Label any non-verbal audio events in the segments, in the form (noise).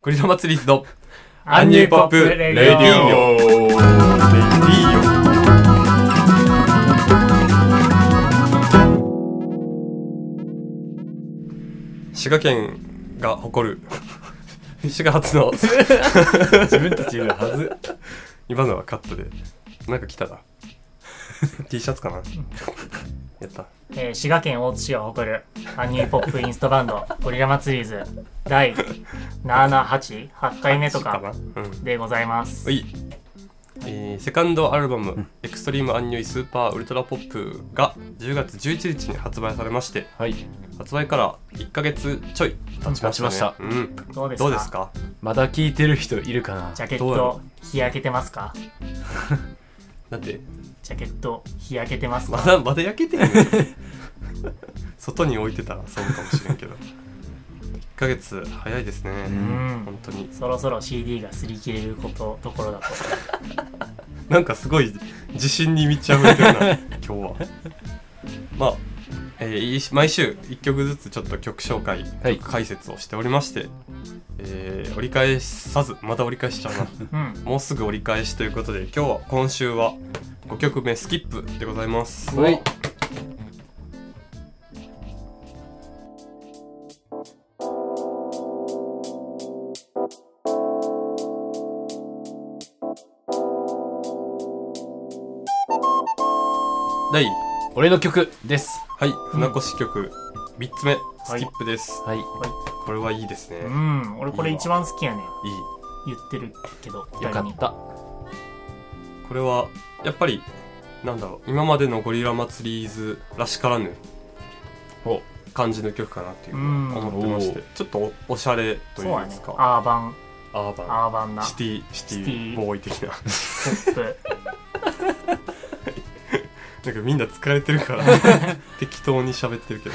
栗の祭りのアンニュイポップレディレオディオ滋賀県が誇る滋賀初の自分たち言うはず。今のはカットでなんか来たな T シャツかなやったえー滋賀県大津市を誇るアニーポップインストバンドゴリラマツリーズ第78 8回目となかうんでございます。はい、えーセカンドアルバム「エクストリームアンニュイスーパーウルトラポップ」が10月11日に発売されましてはい。発売から1ヶ月ちょい経ちました,、ね経ちましたうん、どうですどかうですかまだ聞いてる人いるかなジャケッどうやトろ日焼けてますかだってジャケット日焼けてますま (laughs) かだまだ焼けてる、ね、外に置いてたらそうかもしれんけど1ヶ月早いですね、ん本当にそろそろ CD が擦り切れることところだと。 (laughs) なんかすごい自信に満ち溢れてる (laughs) な今日はまあ、えーい毎週1曲ずつちょっと曲紹介、はい曲解説をしておりまして、えー折り返さずまた折り返しちゃうなうん。もうすぐ折り返しということで今日は今週は5曲目スキップでございますはい。第俺の曲です。はい船越曲3つ目スキップです、はい。これはいいですね、ういいん。俺これ一番好きやね。こ言ってるけど、よかっ二た。れはやっぱりなんだろう今までのゴリラ祭りーズらしからぬお、感じの曲かなっていううのんを思ってましてちょっとおおしゃれと人いに。うそうやんでねす。か、アーバン、アーバアーバンンなシティシテシティィボーイ的なポップ。なんかみんな疲れてるから適当に喋ってるけど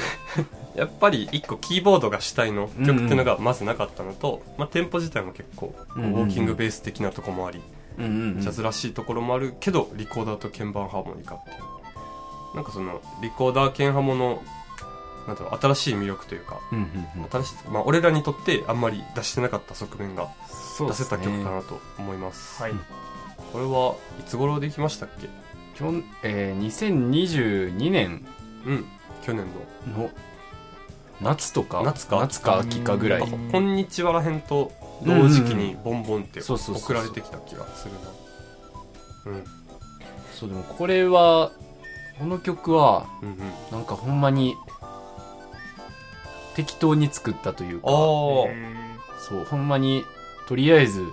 やっぱり一個キーボードが主体の曲っていうのがまずなかったのと、まあ、テンポ自体も結構ウうんォうんうんーキングベース的なとこもあり、うんうんジャズらしいところもあるけどリコーダーと鍵盤ハーモニカっていうなんかそのリコーダー鍵ハモのなんだろう新しい魅力というかうんうん新しい、まあ、俺らにとってあんまり出してなかった側面がそう出ですせねた曲かなと思います、はい。これはいつ頃できましたっけきょんえー、2022年うん去年の夏とか夏か夏か秋かぐらの、いうんあこんにちは」らへんと同時期にボンボンってそうそうそうそう送られてきた気がするなうんそうでもこれはこの曲はうんうんなんかほんまに適当に作ったというあかあ、えそうほんまにとりあえず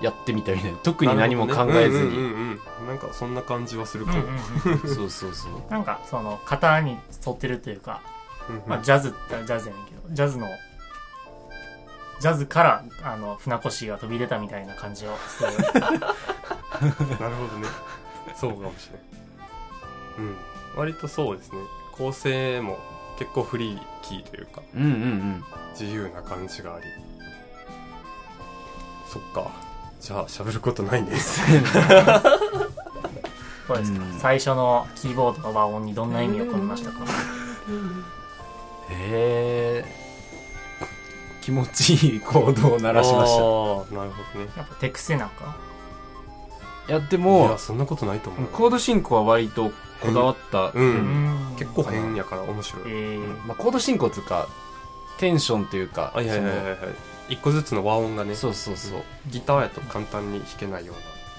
やってみたみたいな特に何も考えなるほどねずうんうに、んうんうんなんかそんな感じはするーうかんも、うんうん。そうそうそうなんかその型に沿ってるというか、うんうんまあ、ジャズってジャズやねんけどジャズのジャズからあの船越が飛び出たみたいな感じをすなるるほどね。そうかもしれん。うん。割とそうですね。構成も結構フリーキーというか、うんうんうん自由な感じがあり。そっか。じゃあ、喋ることないん (laughs) です。どうですか、うん最初のキーボードの和音にどんな意味を込めましたかへえ気持ちいい行動を鳴鳴らしましなるほどね。やっぱ手癖なんかたいやでいもや、そんなことないと思う。コード進行は割とこだわった、うんう結構変やから面白い。えーうんまあ、コード進行っていうかテンションというかあ、いやいやいやいや。一個ずつの和音がね、そのそうそうそう、ギターやと簡単に弾けないよ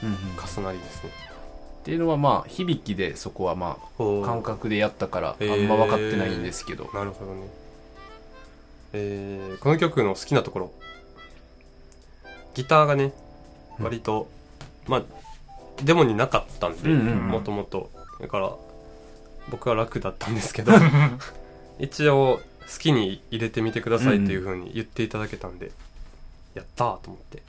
ううんうんな重なりですね。っていうのはまあ響きでそこはまあ感感覚でやったからあへーんま分かってないんですけど、なるほどね。えーこの曲の好きなところ。ギターがね、うん割と、まあ、デモになかったんで、うんうんうんもともと。だから、僕は楽だったんですけど、 (laughs) 一応、好きに入れてみてくださいというふうに言っていただけたんで、やったーと思って。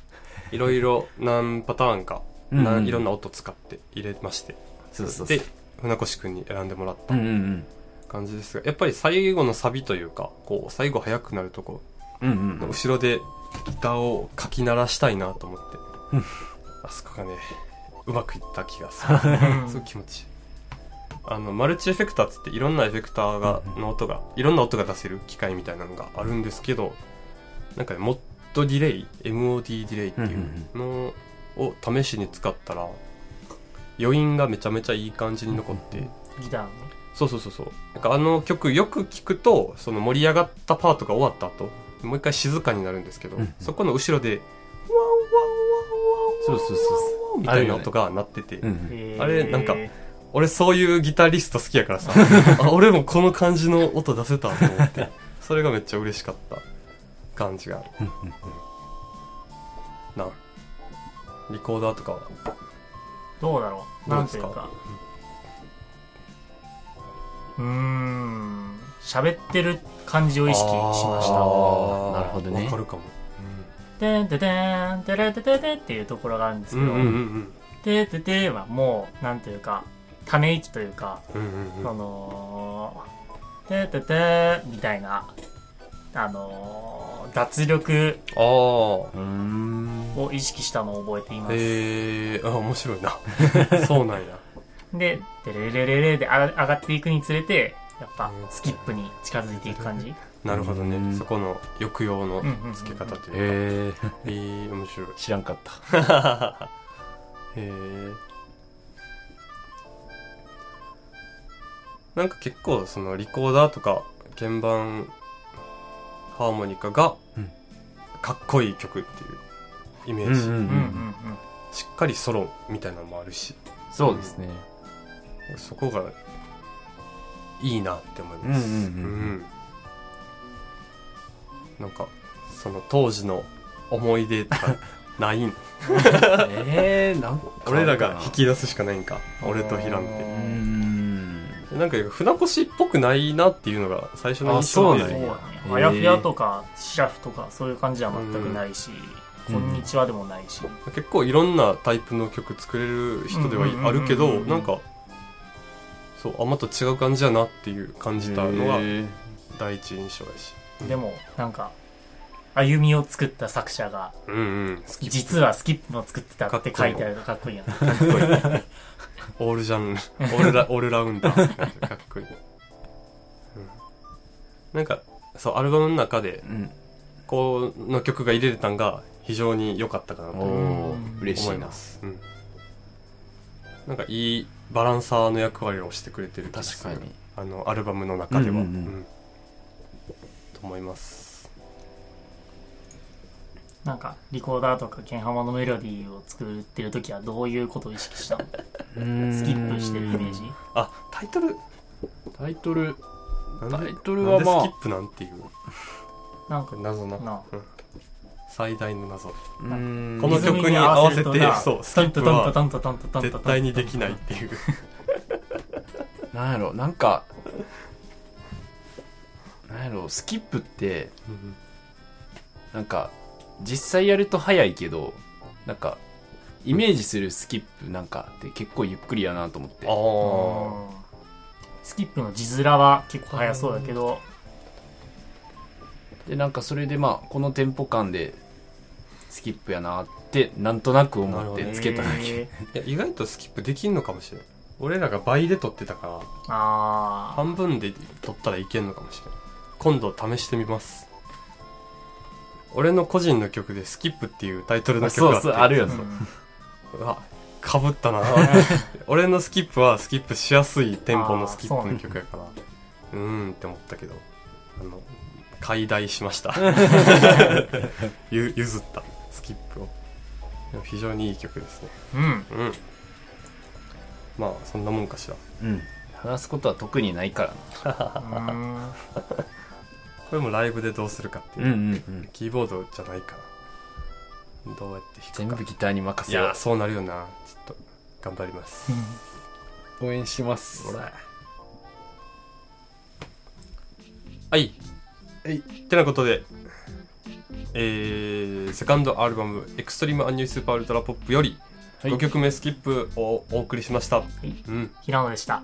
いろいろ何パターンか、うんうん何いろんな音使って入れまして。そうそうそうで、船越くんに選んでもらったうんうん感じですがやっぱり最後のサビというかこう最後速くなるとこうんうんうのん後ろでギターをかき鳴らしたいなと思ってうんあそこがねうまくいった気がする (laughs) すごい気持ちいいあのマルチエフェクターっつっていろんなエフェクターがうんうんの音がいろんな音が出せる機械みたいなのがあるんですけどなんかねもドディレイ MOD ディレイっていうのを試しに使ったら余韻がめちゃめちゃいい感じに残って (laughs) ギターのねそうそうそうそうなんかあの曲よく聞くとその盛り上がったパートが終わった後もう一回静かになるんですけど、うんうんそこの後ろでそうそうそうそみたいな音が鳴ってて、う、うん、へーあれなんか俺そういうギタリスト好きやから (laughs) さあ俺もこの感じの音出せたと思ってそれがめっちゃ嬉しかった感じがあるなリコーダーとかはどうだろうどなうんでてすいうかかうーん喋ってる感じを意識しましたあーなるほどねわかるかも、てんててんてれてててっていうところがあるんですうけん、うど、んうんうんてててはもうなんというかため息というか、うんうんうんそのてててみたいなあのー脱力あうーんを意識したのを覚えていまあす、へえあ面白いなそうなんやでてれれれれであ上がっていくにつれてやっぱスキップに近づいていく感じなるほどうんねそこの抑揚のつけ方というか、えー、 (laughs) えー、面白い知らんかったへえなんか結構そのリコーダーとか鍵盤ハーモニカがうんかっこいい曲っていうイメージ、うんうんうんしっかりソロみたいなのもあるしそうですねそこがいいなって思いますうんうんうんなんかその当時の思い出とかないんえー、なんか (laughs) 俺らが引き出すしかないんか俺とヒランっうてーんなんか船越っぽくないなっていうのが最初の印あ象そうでなそんうやだねへ。ーあやふやとか、シラフとか、そういう感じは全くないし、うんこんにちはでもないし。結構いろんなタイプの曲作れる人ではうんうんうんうんあるけどなんかそうあまた違う感じやなっていう感じたのがえ第一印象やしでも、なんか、歩みを作った作者が、うんうんスキッ実はスキップも作ってたって書いてあるのかっこいいやん。プかっこいいね (laughs) オールジャンルオールラオールラウンダーって感じでかっこいい、うんなんかそうアルバムの中でうんこの曲が入れれたんが非常に良かったかなとお思うおうん嬉し思いいなます、うん、なんかいいバランサーの役割をしてくれてる気がする確かにあのアルバムの中では、うんうんうんと思いますなんか、リコーダーとか、ケンハマのメロディーを作ってる時は、どういうことを意識したのうーんスキップしてるイメージ。あタイトルタイトルなんでタイトルはなんまであスキップなんていうなんか、謎な、なうん最大の謎うーんこの曲に合わせてリズムに合わせそるとなうスキップはタンタタンタタンタタンタタンタ絶対にできないっていうなんやろなんかなんやろスキップってうんなんか実際やると早いけどなんかイメージするスキップなんかって結構ゆっくりやなと思ってあースキップの字面は結構早そうだけど、でなんかそれでまあこのテンポ感でスキップやなってなんとなくなる思っほてどねつけただけ、へーいや意外とスキップできんのかもしれない俺らが倍で撮ってたからああ半分で撮ったらいけんのかもしれない今度試してみます俺の個人の曲で「スキップ」っていうタイトルのあ曲そうがあってそうあるよね、あかぶ (laughs) ったな俺のスキップはスキップしやすいテンポのスキップの曲やからうーんって思ったけどあの解題しました (laughs) ゆ (laughs) 譲ったスキップをでも非常にいい曲ですねうんうんまあそんなもんかしらうん、話すことは特にないからなうんこれもライブでどうするかっていう、んうんキーボードじゃないからどうやって弾全くか部ギターに任いせよやーそうなるよなちょっと頑張りますう応援しますほらはいはいってなことでえー、セカンドアルバム「エクストリームアンニュイスーパーウルトラポップ」よりはい5曲目スキップをお送りしました、いう (laughs) ん平野でしたあ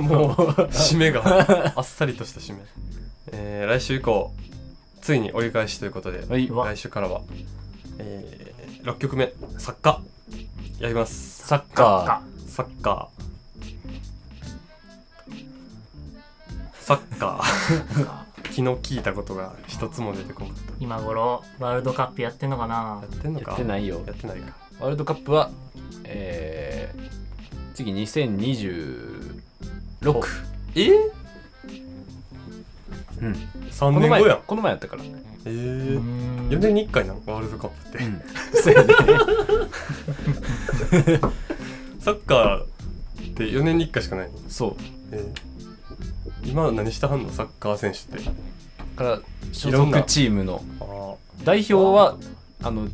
もう締 (laughs) めがあっさりとした締め、えー来週以降ついに折り返しということで、はいうわ来週からは、え6曲目「作家」やりますサッカかサッカ (laughs) ーサッカーか気の利いたことが一つも出てこなかっ今頃ワールドカップやってんのかなたやってんのかやってないよやってないかワールドカップは、えー、次2026。えー、うん、 3この年前後やんこの前やったから、 (laughs) えうー、ーん4年に1回なのワールドカップってそうやねサッカーって4年に1回しかないの、そうえー、今何してはんのサッカー選手ってだから所いろんな属チームのああ代表はあの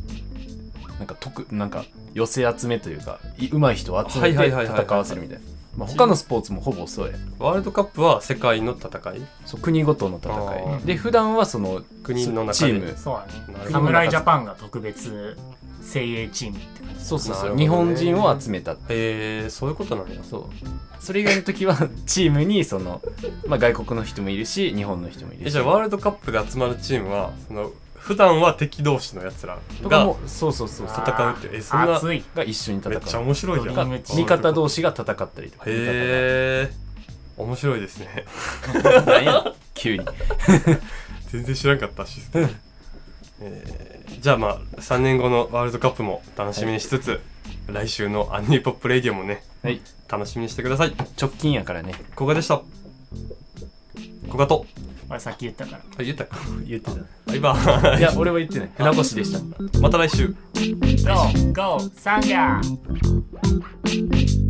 なんか特なんか寄せ集めというかいうまい人を集めはていはいはいはいはい戦わせるみたいなまあ他のスポーツもほぼそうやワールドカップは世界の戦いそう国ごとのあ戦いーで普段はその国の中でチームそうなるほだねど侍ジャパンが特別精鋭チームって感じそうそうなるそほどうね日本人を集めたえー、そういうことなんやそうそれ以外の時は (laughs) チームにその、まあ、外国の人もいるし日本の人もいるえしじゃあワールドカップで集まるチームはその普段は敵同士のやつらとかがもそうそうそうそう戦うってえそんな熱いが一緒に戦めっうちゃ面白いじゃがんドリームチーム味方同士が戦ったりと (laughs) かへえ面白いですね (laughs) なんや急に全然知らんかったシステム、えーじゃあまあ3年後のワールドカップも楽しみにしつつ、来週のアンニーポップレイディオもねはい楽しみにしてください直近やからね古賀でした古賀と俺さっき言ったからあ言ったか言ってたバイバーイいや、俺は言ってない。船越でした。また来週 GO! GO! サンガー